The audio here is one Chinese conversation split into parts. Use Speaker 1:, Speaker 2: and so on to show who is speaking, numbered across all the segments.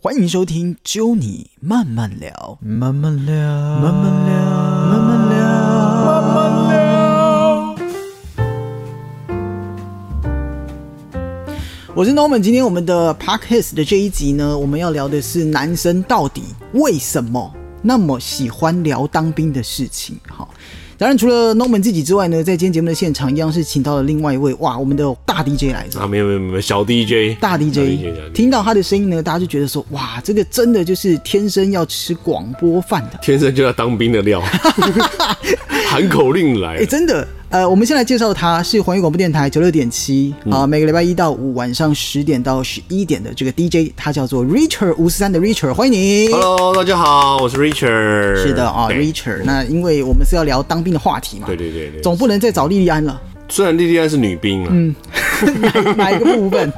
Speaker 1: 欢迎收听《揪你慢慢聊》，
Speaker 2: 慢慢聊，慢
Speaker 1: 慢聊
Speaker 2: 慢慢聊，慢慢聊。
Speaker 1: 我是 Norman。今天我们的 Podcast 的这一集呢，我们要聊的是男生到底为什么那么喜欢聊当兵的事情。好，当然除了 Norman 自己之外呢，在今天节目的现场，一样是请到了另外一位哇，我们的大 DJ 来着。
Speaker 2: 啊，没有没有没有，小 DJ，
Speaker 1: 大 DJ
Speaker 2: 小 DJ
Speaker 1: 听到他的声音呢，大家就觉得说，哇，这个真的就是天生要吃广播饭的。
Speaker 2: 天生就要当兵的 料，喊口令来
Speaker 1: 哎、。真的，呃，我们先来介绍他是环宇广播电台九六点七
Speaker 2: 嗯
Speaker 1: 啊，每个礼拜一到五晚上十点到十一点的这个 DJ，他叫做 Richard 五十三的 Richard，欢迎你。
Speaker 2: Hello，大家好，我是 Richard。
Speaker 1: 是的啊、
Speaker 2: 对
Speaker 1: r i c h a r d 那因为我们是要聊当兵的话题嘛，
Speaker 2: 对对对对，
Speaker 1: 总不能再找莉莉安了，
Speaker 2: 虽然莉莉安是女兵啊，
Speaker 1: 哪哪一个部 分？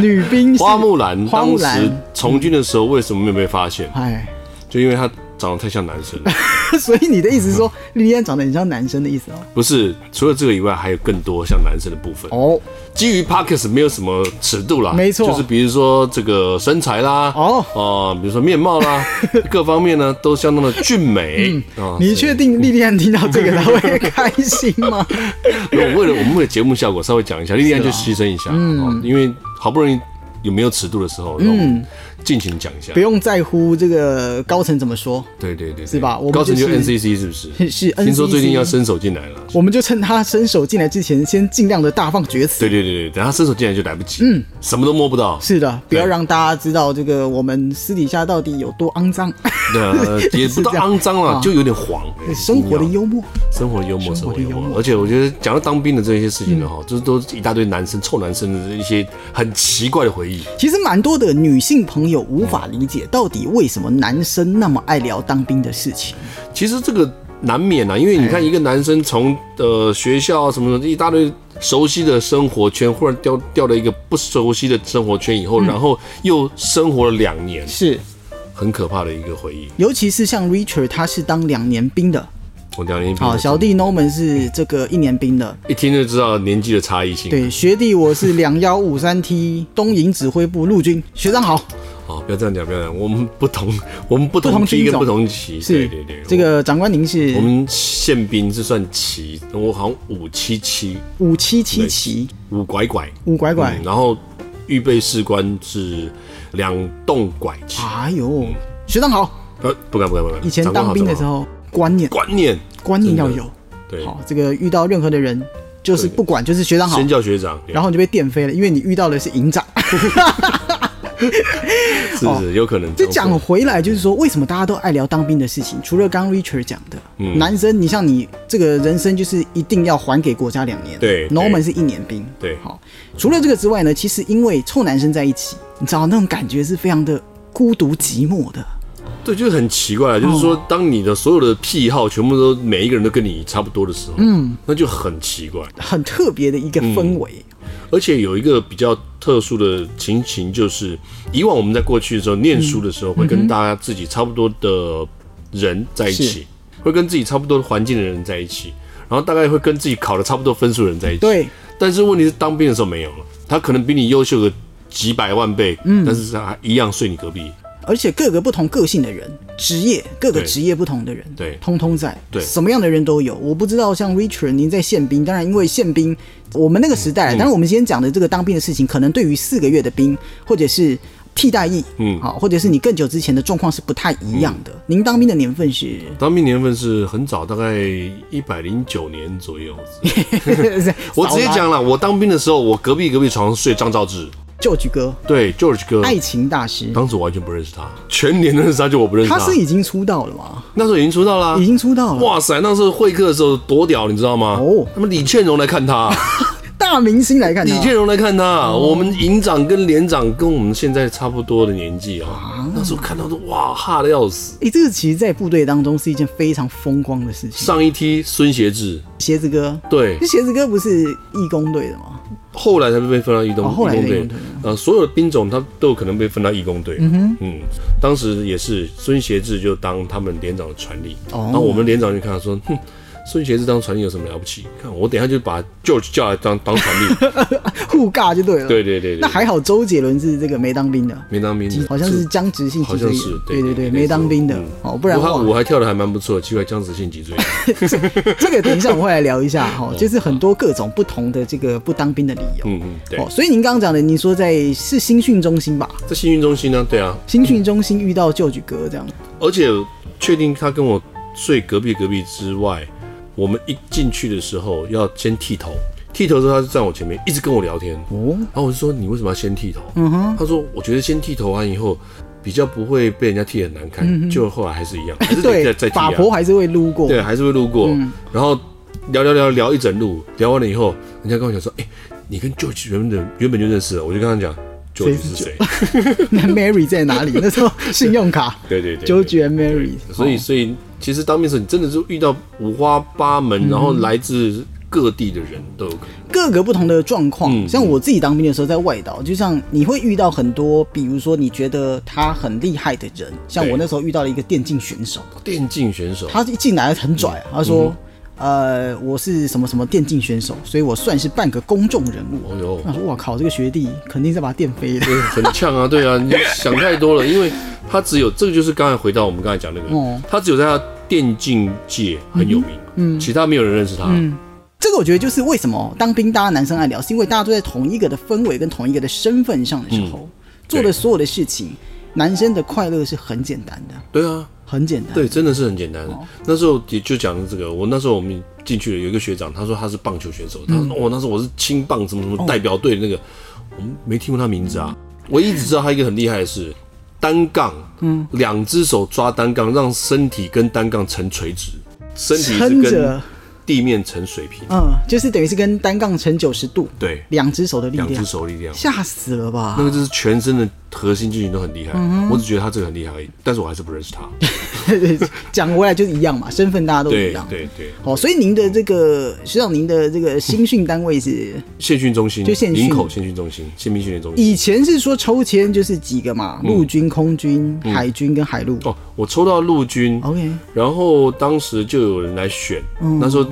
Speaker 1: 女兵是
Speaker 2: 花木兰
Speaker 1: 花木
Speaker 2: 当
Speaker 1: 兰嗯
Speaker 2: 时从军的时候为什么没有被发现？
Speaker 1: 哎，
Speaker 2: 就因为她长得太像男生了。
Speaker 1: 所以你的意思是说，莉莉安长得很像男生的意思哦？
Speaker 2: 不是，除了这个以外，还有更多像男生的部分。
Speaker 1: 哦，
Speaker 2: 基于 Parkes 没有什么尺度啦，
Speaker 1: 没错
Speaker 2: 就是比如说这个身材啦，
Speaker 1: 哦
Speaker 2: 哦，比如说面貌 啦，各方面呢都相当的俊美
Speaker 1: 嗯
Speaker 2: 啊。
Speaker 1: 你确定莉莉安听到这个她会开心吗？
Speaker 2: 所以我为了我们为了节目效果稍微讲一下，莉莉安就牺牲一
Speaker 1: 啊
Speaker 2: 下，
Speaker 1: 嗯
Speaker 2: 哦因为好不容易有没有尺度的时候，让我们尽情讲一下
Speaker 1: 不。用在乎这个高层怎么说，
Speaker 2: 对对对，
Speaker 1: 是吧我们
Speaker 2: 高层就
Speaker 1: 就是
Speaker 2: NCC 是不 是？
Speaker 1: 是
Speaker 2: 听说最近
Speaker 1: NCC
Speaker 2: 要伸手进来了。
Speaker 1: 我们就趁他伸手进来之前，先尽量的大放厥词。
Speaker 2: 对对对对，等他伸手进来就来不及，嗯，什么都摸不到，
Speaker 1: 是的，不要
Speaker 2: 对
Speaker 1: 让大家知道这个我们私底下到底有多肮脏。
Speaker 2: 对啊，呃 也
Speaker 1: 是这
Speaker 2: 不到
Speaker 1: 样
Speaker 2: 肮脏
Speaker 1: 啊
Speaker 2: 了，就有点黄。哎
Speaker 1: 生活的
Speaker 2: 一定要
Speaker 1: 幽默，
Speaker 2: 生活的幽默，
Speaker 1: 生
Speaker 2: 生
Speaker 1: 活
Speaker 2: 活
Speaker 1: 的幽
Speaker 2: 的幽
Speaker 1: 默嗯
Speaker 2: 默。而且我觉得讲到当兵的这些事情呢，哈、就是都一大堆男生、臭男生的一些很奇怪的回忆。
Speaker 1: 其实蛮多的女性朋友无法理解，到底为什么男生那么爱聊当兵的事情。
Speaker 2: 其实这个难免啊，因为你看一个男生从呃学校啊什么的一大堆熟悉的生活圈，忽然掉掉了一个不熟悉的生活圈以
Speaker 1: 嗯
Speaker 2: 后，然后又生活了两年，
Speaker 1: 是，
Speaker 2: 很可怕的一个回忆。
Speaker 1: 尤其是像 Richard，他是当两年兵的。
Speaker 2: 我两年兵
Speaker 1: 好，小弟 Norman 是这个一年兵的。
Speaker 2: 一听就知道年纪的差异性。
Speaker 1: 对，学弟我是两幺五三 T 东营指挥部陆军学长好。
Speaker 2: 哦，不要这样讲，不要这样，我们 不同，我们不
Speaker 1: 不
Speaker 2: 同
Speaker 1: 同
Speaker 2: 批
Speaker 1: 军
Speaker 2: 跟
Speaker 1: 种
Speaker 2: 不同旗。
Speaker 1: 是，
Speaker 2: 对对对，
Speaker 1: 这个长官您是
Speaker 2: 我们宪兵是算旗，我好像五七七
Speaker 1: 五七七旗
Speaker 2: 五拐拐，
Speaker 1: 五拐拐
Speaker 2: 嗯。然后预备士官是两栋拐旗。
Speaker 1: 哎呦，学长好，
Speaker 2: 呃，不敢不敢不敢。
Speaker 1: 以前
Speaker 2: 长官
Speaker 1: 当
Speaker 2: 好
Speaker 1: 兵的时
Speaker 2: 长官好
Speaker 1: 候，观念
Speaker 2: 观念
Speaker 1: 观念要
Speaker 2: 真的
Speaker 1: 有。
Speaker 2: 对，
Speaker 1: 好，这个遇到任何的人，就是不管就是学长好
Speaker 2: 先，叫学长，对
Speaker 1: 然后你就被电飞了，因为你遇到的是营长。
Speaker 2: 是是有可能
Speaker 1: 这
Speaker 2: 样
Speaker 1: 讲回来，就是说为什么大家都爱聊当兵的事情？除了刚刚 Richard 讲的，
Speaker 2: 嗯
Speaker 1: 男生你像你这个人生就是一定要还给国家两年，
Speaker 2: 对对
Speaker 1: ，Norman 是一年兵，
Speaker 2: 对
Speaker 1: 好。除了这个之外呢，其实因为臭男生在一起，你知道那种感觉是非常的孤独寂寞的，
Speaker 2: 对，就是很奇
Speaker 1: 哦
Speaker 2: 怪，啊就是说，当你的所有的癖好全部都每一个人都跟你差不多的时候，嗯，那就很奇怪。
Speaker 1: 很特别的一个氛围。
Speaker 2: 而且有一个比较特殊的情形，就是以往我们在过去的时候念书的时候，会跟大家自己差不多的人在一起，会跟自己差不多的环境的人在一起，然后大概会跟自己考的差不多分数的人在一起。
Speaker 1: 对，
Speaker 2: 但是问题是当兵的时候没有了，他可能比你优秀个几百万倍，嗯，但是他一样睡你隔壁。
Speaker 1: 而且各个不同个性的人、职业，各个
Speaker 2: 对
Speaker 1: 职业不同的人，
Speaker 2: 对
Speaker 1: 通通在，
Speaker 2: 对
Speaker 1: 什么样的人都有。我不知道像 Richard，您在宪兵，当然因为宪兵，我们那个时代，
Speaker 2: 嗯
Speaker 1: 当然我们今天讲的这个当兵的事情，可能对于四个月的兵或者是替代役，嗯，好，或者是你更久之前的状况是不太一样
Speaker 2: 嗯
Speaker 1: 的。您当兵的年份是，
Speaker 2: 当兵年份是很早，大概一百零九年左 右。 我直接
Speaker 1: 少啦
Speaker 2: 讲了，我当兵的时候，我隔壁隔壁床睡张兆志，
Speaker 1: ，George 哥，
Speaker 2: 对 George 哥，
Speaker 1: 爱情大师，
Speaker 2: 嗯当时我完全不认识他，全年认识他就我不认识
Speaker 1: 他
Speaker 2: 他。
Speaker 1: 是已经出道了吗？
Speaker 2: 那时候已经出道啦、
Speaker 1: 已经出道了，
Speaker 2: 啊哇塞，那时候会客的时候多屌，你知道吗？
Speaker 1: 哦啊
Speaker 2: 哦，他们李倩蓉来 看他，
Speaker 1: 大明星来看啊
Speaker 2: 李
Speaker 1: 他，
Speaker 2: 倩蓉来看他，
Speaker 1: 哦
Speaker 2: 我们营长跟连长跟我们现在差不多的年纪啊，那时候看到都哇吓得要死。
Speaker 1: 诶，这个其实，在部队当中是一件非常风光的事情。
Speaker 2: 上一梯孙协志，
Speaker 1: 鞋子哥，
Speaker 2: 对
Speaker 1: 这，鞋子哥不是义工队的吗？
Speaker 2: 后来才被分到义工、
Speaker 1: 哦后来才义
Speaker 2: 义
Speaker 1: 工队
Speaker 2: 工队。呃，所有的兵种他都有可能被分到义工队。嗯嗯，当时也是孙协志就当他们连长的传令，
Speaker 1: 哦
Speaker 2: 然后我们连长就看他说，哼，孙协志当船吏有什么了不起？看我等一下就把 George 叫来当当 船吏。
Speaker 1: 互尬就对了。
Speaker 2: 对对对对
Speaker 1: 那还好，周杰伦是这个没当兵的，
Speaker 2: 没当兵的，
Speaker 1: 好像是僵直性
Speaker 2: 好
Speaker 1: 脊
Speaker 2: 像
Speaker 1: 椎
Speaker 2: 是
Speaker 1: 炎。
Speaker 2: 对
Speaker 1: 对对，
Speaker 2: 对，
Speaker 1: 没当兵的
Speaker 2: 嗯，
Speaker 1: 哦，不然
Speaker 2: 我
Speaker 1: 的
Speaker 2: 还
Speaker 1: 话
Speaker 2: 我还跳的还蛮不错，奇怪僵直性脊椎。
Speaker 1: 这个等一下我们会来聊一下 哈， 就是很多各种不同的这个不当兵的理由。
Speaker 2: 嗯嗯，对
Speaker 1: 哦，，所以您刚刚讲的，您说在是新训中心吧？
Speaker 2: 在新训中心呢，对啊，
Speaker 1: 新训中心遇到旧举哥这样，
Speaker 2: 而且确定他跟我睡隔壁隔壁之外，我们一进去的时候要先剃头，剃头之后他就站我前面一直跟我聊天，
Speaker 1: 哦，
Speaker 2: 然后我就说你为什么要先剃头？他说我觉得先剃头完以后比较不会被人家剃得很难看，就后来还是一样，还是得
Speaker 1: 对
Speaker 2: 再再，剃
Speaker 1: 法
Speaker 2: 啊，
Speaker 1: 婆还是会撸过，
Speaker 2: 对，还啊是会路过，然后聊聊聊聊一整路，聊完了以后，人家跟我讲说，哎，你跟 George 原本原本就认识了，我就跟他讲 George 是谁，
Speaker 1: 那 Mary 在哪里？ 那时候信用卡
Speaker 2: 对对对，
Speaker 1: 九举 and Mary，
Speaker 2: 所以，所以其实当面时候，你真的是遇到五花八门，然后来自各地的人都有可能。
Speaker 1: 各个不同的状况，
Speaker 2: 嗯
Speaker 1: 像我自己当兵的时候，在外岛，就像你会遇到很多，比如说你觉得他很厉害的人，像
Speaker 2: 对
Speaker 1: 我那时候遇到了一个电竞选手，
Speaker 2: 电竞选手，
Speaker 1: 他一进来很拽，啊他
Speaker 2: 嗯
Speaker 1: 说：“呃，我是什么什么电竞选手，所以我算是半个公众人物。”
Speaker 2: 哦哟
Speaker 1: 我说：“哇靠，这个学弟肯定是把他电飞的。
Speaker 2: 对很呛啊，对啊，你想太多了，因为他只有这个，就是刚才回到我们刚才讲那
Speaker 1: 哦
Speaker 2: 个，他只有在他电竞界很有名，嗯，其他没有人认识他，嗯，”
Speaker 1: 这个我觉得就是为什么当兵大家男生爱聊，是因为大家都在同一个的氛围跟同一个的身份上的时候，
Speaker 2: 嗯
Speaker 1: 做的所有的事情，男生的快乐是很简单的，
Speaker 2: 对啊，
Speaker 1: 很简单。
Speaker 2: 对，真的是很简单。
Speaker 1: 哦
Speaker 2: 那时候也就讲这个，我那时候我们进去了，有一个学长，他说他是棒球选手，他
Speaker 1: 嗯
Speaker 2: 说我、哦、那时候我是青棒什么什么代表队那
Speaker 1: 哦
Speaker 2: 个，我们没听过他名字啊，我一直知道他一个很厉害的是单杠，嗯，两只手抓单杠，让身体跟单杠成垂直，身体是
Speaker 1: 撑
Speaker 2: 跟
Speaker 1: 着，
Speaker 2: 地面成水平，
Speaker 1: 嗯，就是等于是跟单杠成九十度，
Speaker 2: 对，
Speaker 1: 两只手的力
Speaker 2: 两只
Speaker 1: 量，
Speaker 2: 手力量。
Speaker 1: 吓死了吧
Speaker 2: 那？个就是全身的核心肌群都很厉害，
Speaker 1: 嗯
Speaker 2: 我只觉得他这个很厉害而已，但是我还是不认识他。
Speaker 1: 讲回来就是一样嘛，身份大家都一
Speaker 2: 对
Speaker 1: 样。
Speaker 2: 对对，
Speaker 1: 哦，所以您的这个学长，您的这个新训单位是
Speaker 2: 县训中心，
Speaker 1: 就县训
Speaker 2: 林口县训中心，宪兵训练中心。
Speaker 1: 以前是说抽签就是几个嘛，陆军、空军、海军跟海陆。
Speaker 2: 嗯哦，我抽到陆军，
Speaker 1: OK，
Speaker 2: 然后当时就有人来选，
Speaker 1: 嗯
Speaker 2: 那时候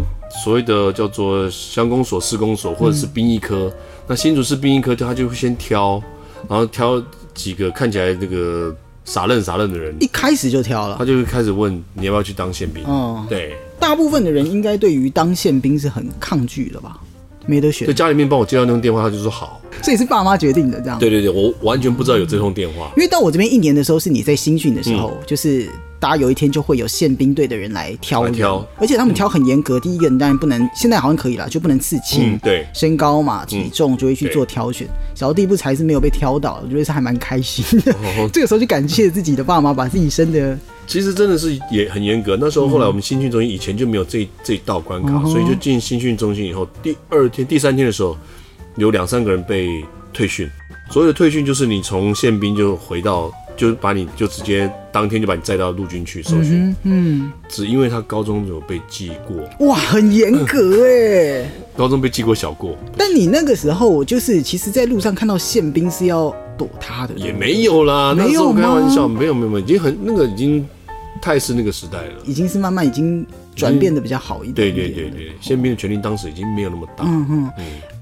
Speaker 2: 所谓的叫做乡公所、市公所或者是兵役科，那新竹市兵役科他就会先挑，然后挑几个看起来那个傻愣傻愣的人
Speaker 1: 一，开始就挑
Speaker 2: 他
Speaker 1: 了。
Speaker 2: 就会开始问你要不要去当宪兵。
Speaker 1: 哦，
Speaker 2: 对，
Speaker 1: 大部分的人应该对于当宪兵是很抗拒的吧？没得选
Speaker 2: 就，家里面帮我接到那通电话，他就说好。
Speaker 1: 所以是爸妈决定的这样。
Speaker 2: 对对对，我完全不知道有这通电话。
Speaker 1: 因为到我这边一年的时候，是你在新训的时候，
Speaker 2: 嗯
Speaker 1: 就是大家有一天就会有宪兵队的人来挑人
Speaker 2: 来挑
Speaker 1: 而且他们挑很严格。第一个人当然不能，现在好像可以了，就不能刺青，
Speaker 2: 嗯对
Speaker 1: 身高嘛、体重就会去
Speaker 2: 对
Speaker 1: 做挑选。小到第一步才是没有被挑到，我觉得是还蛮开心的。
Speaker 2: 哦
Speaker 1: 这个时候就感谢自己的爸妈，把自己生的
Speaker 2: 其实真的是也很严格。那时候后来我们新训中心以前就没有这一这一道关卡，所以就进新训中心以后，第二天、第三天的时候，有两三个人被退训。所谓的退训就是你从宪兵就回到，就是把你就直接当天就把你载到陆军去受训。嗯，只因为他高中有被记过，
Speaker 1: 哇，很严格哎、
Speaker 2: 高中被记过小过
Speaker 1: 但你那个时候就是，其实在路上看到宪兵是要躲他的，
Speaker 2: 也没有啦。那
Speaker 1: 没
Speaker 2: 时
Speaker 1: 有
Speaker 2: 候
Speaker 1: 吗
Speaker 2: 开玩笑，没有没有没有，已经很那个已经太是那个时代了。
Speaker 1: 已经是慢慢已经转变的比较好一
Speaker 2: 对
Speaker 1: 点点
Speaker 2: 对
Speaker 1: 了
Speaker 2: 对对，宪兵的权力当时已经没有那么大。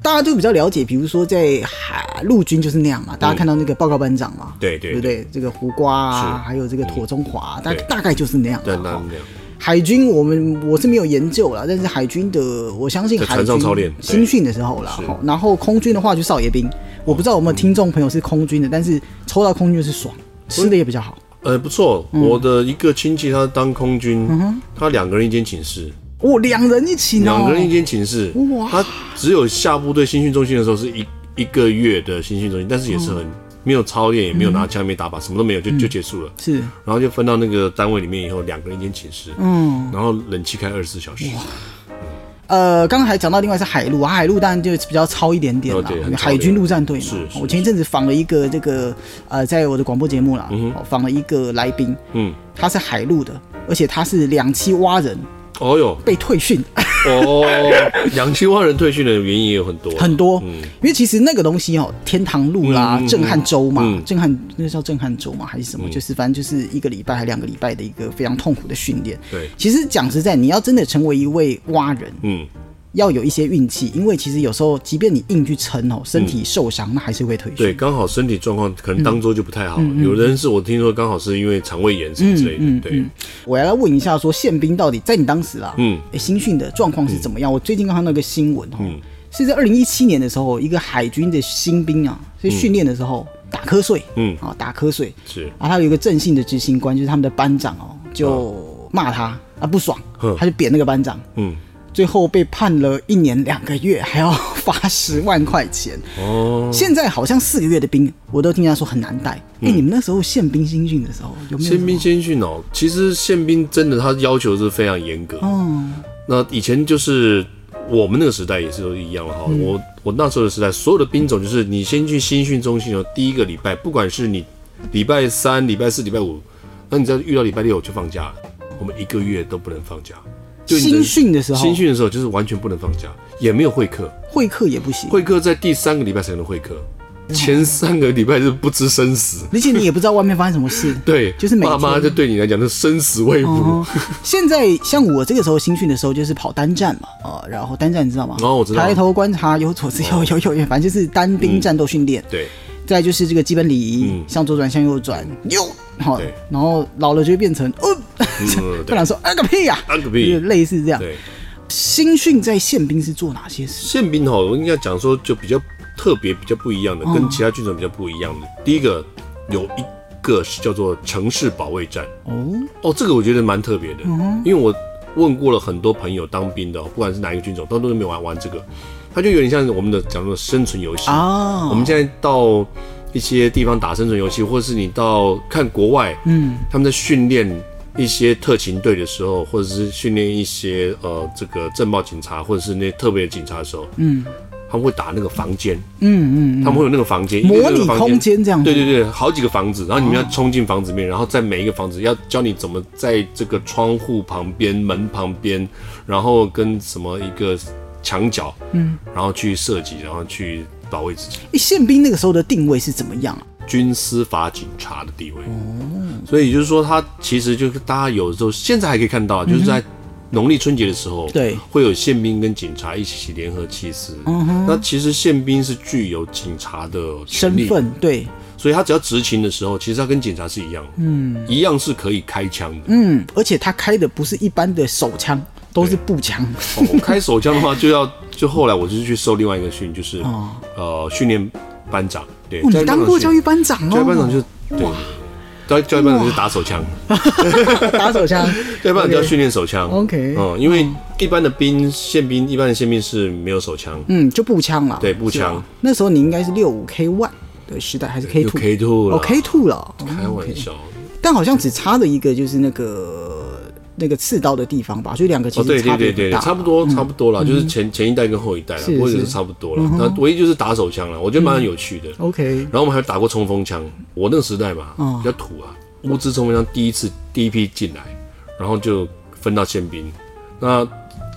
Speaker 1: 大家就比较了解，比如说在海陆军就是那样嘛，大家看到那个报告班长嘛，
Speaker 2: 嗯对对
Speaker 1: 对不对？这个胡瓜啊，
Speaker 2: 是嗯
Speaker 1: 还有这个妥中华啊，大
Speaker 2: 对
Speaker 1: 大概就是那样嘛。
Speaker 2: 但那
Speaker 1: 哈
Speaker 2: 那样。
Speaker 1: 海军我们我是没有研究啦，但是海军的我相信
Speaker 2: 在
Speaker 1: 海军
Speaker 2: 船上操练对
Speaker 1: 新训的时候啦，
Speaker 2: 是嗯
Speaker 1: 哈然后空军的话就少爷兵，我不知道有没有听众朋友是空军的，但是抽到空军就是爽，
Speaker 2: 嗯
Speaker 1: 吃的也比较好。
Speaker 2: 呃，不错，
Speaker 1: 嗯
Speaker 2: 我的一个亲戚他当空军，他两个人一间寝室，
Speaker 1: 哦，两人一起呢，
Speaker 2: 两个人一间寝室，
Speaker 1: 哇
Speaker 2: 他只有下部队新训中心的时候是一一个月的新训中心，但是也
Speaker 1: 哦
Speaker 2: 是很没有操练，也没有拿枪，没打靶，什么都没有，
Speaker 1: 嗯
Speaker 2: 就就结束了。
Speaker 1: 是
Speaker 2: 然后就分到那个单位里面以后，两个人一间寝室，嗯，然后冷气开二十四小时，
Speaker 1: 呃，刚才讲到另外是海陆，啊，海陆当然就比较超一点点
Speaker 2: 哦
Speaker 1: 啦
Speaker 2: 对，很糙
Speaker 1: 海军陆战队嘛。哦
Speaker 2: 是是
Speaker 1: 我前一阵子访了一个这个呃，在我的广播节目啦，哦访、了一个来宾，
Speaker 2: 嗯，
Speaker 1: 他是海陆的，而且他是两栖蛙人，
Speaker 2: 哦哟，
Speaker 1: 被退训
Speaker 2: 哦， 养青蛙人退训的原因也有很多，
Speaker 1: 很多，因为其实那个东西哦，天堂路啦、
Speaker 2: 嗯嗯嗯嗯
Speaker 1: 震撼周嘛，
Speaker 2: 嗯
Speaker 1: 震撼那叫震撼周嘛还是什么，就是反正就是一个礼拜还两个礼拜的一个非常痛苦的训练。
Speaker 2: 对
Speaker 1: 其实讲实在，你要真的成为一位蛙人，
Speaker 2: 嗯，
Speaker 1: 要有一些运气，因为其实有时候即便你硬去撑哦，身体受伤那还是会嗯退
Speaker 2: 嗯对，
Speaker 1: 训。
Speaker 2: 刚好身体状况可能当周就不太好，有的人是我听说刚好是因为肠胃炎什么之类的，
Speaker 1: 嗯
Speaker 2: 对，
Speaker 1: 我要来问一下，说宪兵到底在你当时啦，嗯
Speaker 2: 嗯，
Speaker 1: 新训的状况是怎么样？我最近看到一个新闻哦，是在二零一七年的时候，一个海军的新兵啊，在训练的时候打瞌睡，嗯
Speaker 2: 嗯，
Speaker 1: 啊打瞌睡，
Speaker 2: 是嗯
Speaker 1: 啊，他有一个正信的执行官，就是他们的班长哦，就骂他啊不爽，
Speaker 2: 哼
Speaker 1: 他就扁那个班长，
Speaker 2: 嗯，
Speaker 1: 最后被判了一年两个月，还要罚十万块钱。
Speaker 2: 哦，
Speaker 1: 现在好像四个月的兵，我都听他说很难带。哎、你们那时候宪兵新训的时候有没有什么？
Speaker 2: 宪嗯兵先训哦，其实宪兵真的他要求是非常严格，
Speaker 1: 嗯，
Speaker 2: 那以前就是我们那个时代也是都一样了哈。
Speaker 1: 嗯
Speaker 2: 我我那时候的时代，所有的兵种就是你先去新训中心哦，第一个礼拜，不管是你礼拜三、礼拜四、礼拜五，那你只要遇到礼拜六就放假了，我们一个月都不能放假。就你的
Speaker 1: 新训的时候
Speaker 2: 新训的时候就是完全不能放假，也没有会课，
Speaker 1: 会客也不行，
Speaker 2: 会课在第三个礼拜才能会课，前三个礼拜是不知生死。
Speaker 1: 而且你也不知道外面发生什么事。
Speaker 2: 对，
Speaker 1: 就是每
Speaker 2: 爸妈
Speaker 1: 天
Speaker 2: 就对你来讲是生死未卜。
Speaker 1: 哦，现在像我这个时候新训的时候，就是跑单站嘛，呃，然后单站你知道吗？
Speaker 2: 哦我知道哦
Speaker 1: 抬头观察，有左之右，有右远，反正就是单兵战斗训练。
Speaker 2: 嗯对，
Speaker 1: 再来就是这个基本礼仪
Speaker 2: 嗯，
Speaker 1: 向左转，向右转，右，好
Speaker 2: 对，
Speaker 1: 然后老了就会变成，呃，
Speaker 2: 嗯，
Speaker 1: 不
Speaker 2: 对
Speaker 1: 然，说啊个屁呀，
Speaker 2: 啊个屁
Speaker 1: 就是类似这样。
Speaker 2: 对。
Speaker 1: 新训在宪兵是做哪些事？
Speaker 2: 宪兵吼，我应该讲说就比较特别、比较不一样
Speaker 1: 哦
Speaker 2: 的，跟其他军种比较不一样的。第一个有一个是叫做城市保卫战，
Speaker 1: 哦，嗯
Speaker 2: 哦，这个我觉得蛮特别的，因为我问过了很多朋友当兵的哦，不管是哪一个军种，他都没有玩玩这个，他就有点像我们的讲的生存游戏
Speaker 1: 哦
Speaker 2: 我们现在到一些地方打生存游戏，或是你到看国外，嗯，他们在训练一些特勤队的时候，或者是训练一些呃这个政报警察或者是那些特别的警察的时候，嗯，他们会打那个房间，
Speaker 1: 嗯嗯，
Speaker 2: 他们会有那个房间，
Speaker 1: 模拟
Speaker 2: 一个那个房
Speaker 1: 空间这样子哦
Speaker 2: 对对对，好几个房子，然后你们要冲进房子里面，然后在每一个房子要教你怎么在这个窗户旁边、门旁边，然后跟什么一个墙角，嗯，然后去设计，然后去保卫自己。
Speaker 1: 诶哎宪兵那个时候的定位是怎么样啊？
Speaker 2: 军司法警察的地位。所以就是说，他其实就是大家有时候现在还可以看到，就是在农历春节的时候，
Speaker 1: 嗯对嗯
Speaker 2: 会有宪兵跟警察一起联合弃尸。那其实宪兵是具有警察的权
Speaker 1: 身
Speaker 2: 利，
Speaker 1: 份对，
Speaker 2: 所以他只要执勤的时候，其实他跟警察是一样，嗯，一样是可以开枪 的。
Speaker 1: 嗯，而且他开的不是一般的手枪，都是步枪。
Speaker 2: 哦我开手枪的话，就要就后来我就是去受另外一个训，就是、呃训练班长。对，
Speaker 1: 哦，
Speaker 2: 在
Speaker 1: 你
Speaker 2: 那
Speaker 1: 当
Speaker 2: 种
Speaker 1: 过
Speaker 2: 训
Speaker 1: 教育班长哦？
Speaker 2: 教育班长就对。教教育班长就是打手枪，
Speaker 1: 打手枪，
Speaker 2: 对，不然你要训练手枪。
Speaker 1: OK 哦
Speaker 2: 嗯，因为一般的兵宪兵，一般的宪兵是没有手枪，
Speaker 1: 嗯，就步枪了。
Speaker 2: 对步枪
Speaker 1: 是吧。那时候你应该是六五 K one 的时代，还是 K
Speaker 2: 有
Speaker 1: two
Speaker 2: K two
Speaker 1: 哦
Speaker 2: 了。
Speaker 1: K two 了，嗯
Speaker 2: 开玩笑，
Speaker 1: 但好像只差了一个，就是那个那个刺刀的地方吧，所以两个其
Speaker 2: 哦，对
Speaker 1: 实
Speaker 2: 对
Speaker 1: 差别
Speaker 2: 对
Speaker 1: 不
Speaker 2: 对，
Speaker 1: 大。嗯
Speaker 2: 差不多差不多啦，就是前前一代跟后一代啦
Speaker 1: 是，嗯
Speaker 2: 或者
Speaker 1: 是
Speaker 2: 是差不多啦。那唯一就是打手枪了，我觉得蛮有趣的。
Speaker 1: OK，
Speaker 2: 然后我们还打过冲锋枪，我那个时代嘛，
Speaker 1: 哦
Speaker 2: 比较土啊。乌兹冲锋枪第一次第一批进来，然后就分到宪兵，那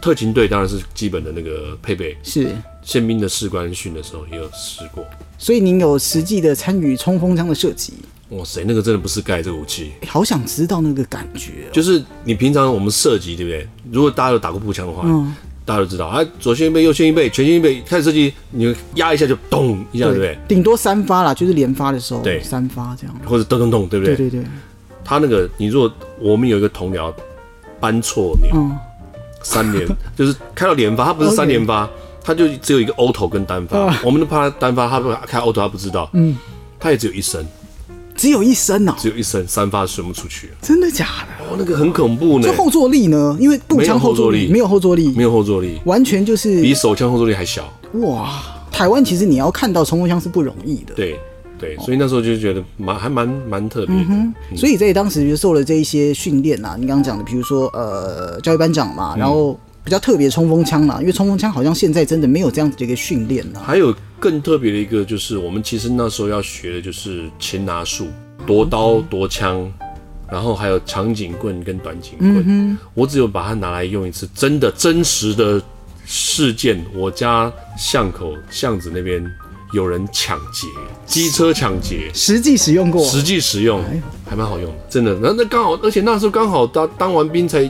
Speaker 2: 特勤队当然是基本的那个配备。
Speaker 1: 是。
Speaker 2: 宪兵的士官训的时候也有试过，
Speaker 1: 所以您有实际的参与冲锋枪的射击，
Speaker 2: 哇塞，那个真的不是盖这个武器，
Speaker 1: 诶好想知道那个感觉、哦。
Speaker 2: 就是你平常我们射击，对不对？如果大家有打过步枪的话，
Speaker 1: 嗯
Speaker 2: 大家都知道，啊，左旋一倍，右旋一倍，全旋一倍，开始射击，你压一下就咚一下，对不对？
Speaker 1: 顶多三发啦，就是连发的时候，
Speaker 2: 对
Speaker 1: 三发这样。
Speaker 2: 或者咚咚咚，对不对？
Speaker 1: 对对对，
Speaker 2: 他那个，你如果我们有一个同僚扳错你、
Speaker 1: 嗯，
Speaker 2: 三连，就是开到连发，他不是三连
Speaker 1: 哦
Speaker 2: 发，他就只有一个 auto 跟单发，我们都怕他单发，他不开 auto 他不知道，嗯，他也只有一声，
Speaker 1: 只有一声哦、
Speaker 2: 只有一声，三发射不出去，
Speaker 1: 真的假的？
Speaker 2: 哦，那个很恐怖呢
Speaker 1: 这，后坐力呢？因为步枪后坐力没
Speaker 2: 没
Speaker 1: 有后坐力，
Speaker 2: 没有后坐力，
Speaker 1: 完全就是
Speaker 2: 比手枪后坐力还小。
Speaker 1: 哇！台湾其实你要看到冲锋枪是不容易的，
Speaker 2: 对对，所以那时候就觉得蛮还蛮蛮特别的。
Speaker 1: 所以在当时就受了这一些训练啊，你刚刚讲的，比如说呃教育班长
Speaker 2: 嗯
Speaker 1: 嘛，然后比较特别冲锋枪啦，因为冲锋枪好像现在真的没有这样子的一个训练啊啦。
Speaker 2: 还有更特别的一个就是，我们其实那时候要学的就是擒拿术，夺刀夺枪，然后还有长颈棍跟短颈棍，我只有把它拿来用一次，真的真实的事件，我家巷口巷子那边有人抢劫，机车抢劫，
Speaker 1: 实际使用过，
Speaker 2: 实际使用还蛮好用的，真的。那那刚好，而且那时候刚好当当完兵才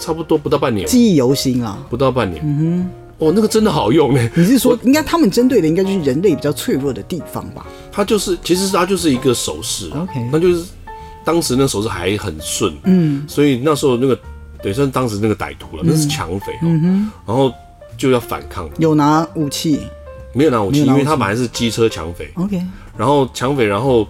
Speaker 2: 差不多不到半年，
Speaker 1: 记忆犹新啊。
Speaker 2: 不到半年，嗯哼，哦，那个真的好用哎，
Speaker 1: 你是说，应该他们针对的应该就是人类比较脆弱的地方吧？
Speaker 2: 它就是，其实它就是一个手势啊
Speaker 1: OK
Speaker 2: 那就是当时那手势还很顺，嗯，所以那时候那个等于算当时那个歹徒了，那是抢匪哦，然后就要反抗，
Speaker 1: 有拿武器
Speaker 2: 没有拿武器，
Speaker 1: 没有拿武器
Speaker 2: 因为他本来是机车抢匪，
Speaker 1: ，OK，
Speaker 2: 然后抢匪，然后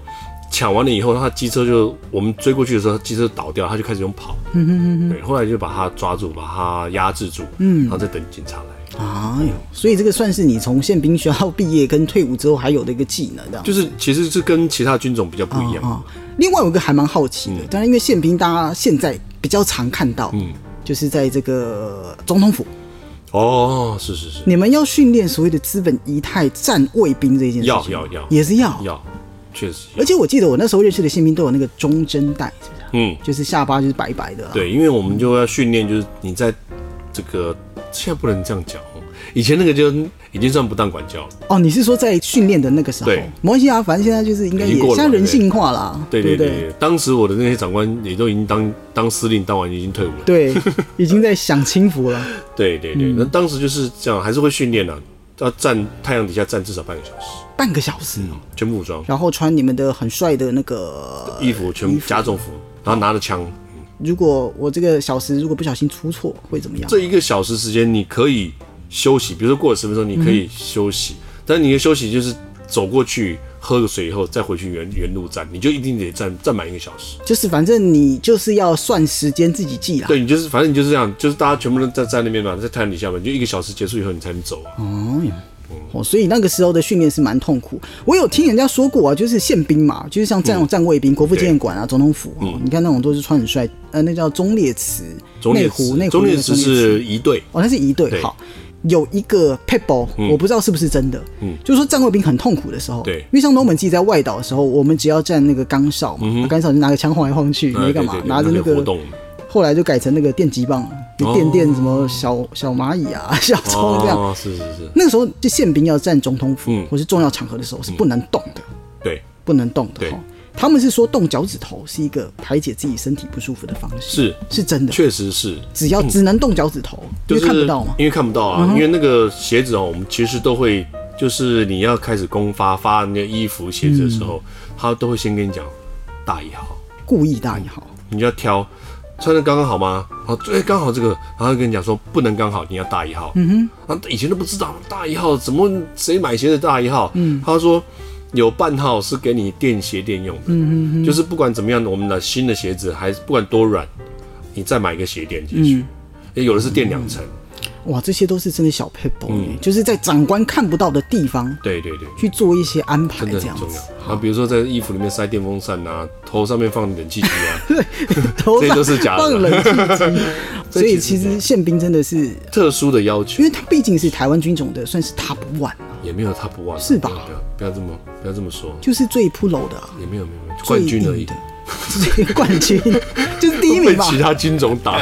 Speaker 2: 抢完了以后，他机车就我们追过去的时候，机车倒掉，他就开始用跑，嗯嗯嗯，对，后来就把他抓住，把他压制住，嗯，然后再等警察来。
Speaker 1: 哎呦，所以这个算是你从宪兵学校毕业跟退伍之后还有的一个技能，这样。
Speaker 2: 就是其实是跟其他军种比较不一样，
Speaker 1: 啊、另外有一个还蛮好奇
Speaker 2: 嗯
Speaker 1: 的，当然因为宪兵大家现在比较常看到，嗯，就是在这个总统府，
Speaker 2: 哦，是是是，
Speaker 1: 你们要训练所谓的资本仪态战卫兵这件事情吗，
Speaker 2: 要要要
Speaker 1: 也是要。
Speaker 2: 要，确实要
Speaker 1: 而，且我记得我那时候认识的宪兵都有那个中针带，是不是啊？
Speaker 2: 嗯。
Speaker 1: 就是下巴就是白白的、啊，，
Speaker 2: 对，因为我们就要训练，就是你在这个现在不能这样讲哦，以前那个就已经算不当管教了。
Speaker 1: 哦，你是说在训练的那个时候？
Speaker 2: 对，
Speaker 1: 没关系啊，反正现在就是应该
Speaker 2: 已
Speaker 1: 也
Speaker 2: 经过了
Speaker 1: 现在
Speaker 2: 嘛
Speaker 1: 人
Speaker 2: 对
Speaker 1: 性化啦，
Speaker 2: 对
Speaker 1: 不
Speaker 2: 对对对，当时我的那些长官也都已经当当司令，当完已经退伍了。
Speaker 1: 对，已经在享清福了。
Speaker 2: 对对对，那当时就是这样，还是会训练啊，要站太阳底下站至少半个小时，
Speaker 1: 半个小时，
Speaker 2: 全部武装，
Speaker 1: 然后穿你们的很帅的那个
Speaker 2: 呃衣服全部加重服，然后拿着枪。
Speaker 1: 如果我这个小时如果不小心出错，会怎么样？
Speaker 2: 这一个小时时间你可以休息，比如说过了十分钟你可以休息，但你的休息就是走过去喝个水以后再回去原原路站，你就一定得站站满一个小时。
Speaker 1: 就是反正你就是要算时间自己记啦。
Speaker 2: 对你就是，反正你就是这样，就是大家全部都在在那边嘛，在太阳底下嘛，你就一个小时结束以后你才能走啊。
Speaker 1: 哦，所以那个时候的训练是蛮痛苦。我有听人家说过啊，就是宪兵嘛，就是像
Speaker 2: 嗯
Speaker 1: 战战卫兵、国父纪念馆啊、总统府、哦，你看那种都是穿很帅，呃，那叫中列祠、
Speaker 2: 中
Speaker 1: 内
Speaker 2: 烈
Speaker 1: 湖、
Speaker 2: 祠
Speaker 1: 内湖
Speaker 2: 中
Speaker 1: 那
Speaker 2: 烈
Speaker 1: 个
Speaker 2: 祠
Speaker 1: 中列祠
Speaker 2: 是一队，
Speaker 1: 哦，那是一队
Speaker 2: 对
Speaker 1: 好。有一个 p e b b l e 我不知道是不是真的，嗯，就是说战卫兵很痛苦的时候，
Speaker 2: 对
Speaker 1: 因为像 Norman 自己在外岛的时候，我们只要站那个岗哨嘛，岗哨就拿个枪晃来晃去，没
Speaker 2: 呃
Speaker 1: 干嘛
Speaker 2: 嗯对，对对
Speaker 1: 拿着
Speaker 2: 那
Speaker 1: 那
Speaker 2: 个活
Speaker 1: 个
Speaker 2: 动，
Speaker 1: 后来就改成那个电击棒，就电电什么小、小蚂蚁啊、 小虫这样。
Speaker 2: 哦，是是是，
Speaker 1: 那个时候，就宪兵要站总统府、
Speaker 2: 嗯
Speaker 1: 或是重要场合的时候是不能动的，
Speaker 2: 对，
Speaker 1: 不能动的
Speaker 2: 对
Speaker 1: 哈。他们是说动脚趾头是一个排解自己身体不舒服的方式，
Speaker 2: 是，
Speaker 1: 是真的，
Speaker 2: 确实是，
Speaker 1: 只要只能动脚趾头，
Speaker 2: 就
Speaker 1: 因为
Speaker 2: 是
Speaker 1: 看不到嘛。
Speaker 2: 因为看不到啊，因为那个鞋子哦，我们其实都会，就是你要开始公发发那个衣服鞋子的时候，他都会先跟你讲大一号，
Speaker 1: 故意大也好，
Speaker 2: 你就要挑穿的刚刚好吗？好，哎，刚好这个，然后跟你讲说不能刚好，你要大一号。嗯哼，啊，以前都不知道大一号怎么谁买鞋的大一号。嗯，他说有半号是给你垫鞋垫用的。嗯哼就是不管怎么样，我们的新的鞋子还是不管多软，你再买一个鞋垫进去。也有的是垫两层。
Speaker 1: 哇，这些都是真的小 p e b b l
Speaker 2: 嗯
Speaker 1: 就是在长官看不到的地方
Speaker 2: 对对对。
Speaker 1: 去做一些安排，
Speaker 2: 真的
Speaker 1: 这
Speaker 2: 很
Speaker 1: 样
Speaker 2: 重
Speaker 1: 子
Speaker 2: 要。啊，比如说在衣服里面塞电风扇啊，头上面放冷气机 啊，
Speaker 1: 头
Speaker 2: 这
Speaker 1: 上
Speaker 2: 都是假的
Speaker 1: 放冷气 机，所以其实宪兵真的是
Speaker 2: 特殊的要
Speaker 1: 因
Speaker 2: 求
Speaker 1: 为它毕竟是台湾军种的，算是 top one，啊
Speaker 2: 也没有他不忘，
Speaker 1: 是吧
Speaker 2: 不要不要这么不要这么说，
Speaker 1: 就是最 pro 的啊、嗯
Speaker 2: 也没有没有没有
Speaker 1: 最
Speaker 2: 冠军而
Speaker 1: 硬
Speaker 2: 已
Speaker 1: 的，，最冠军 就是第一
Speaker 2: 被
Speaker 1: 名嘛。
Speaker 2: 其他军种打。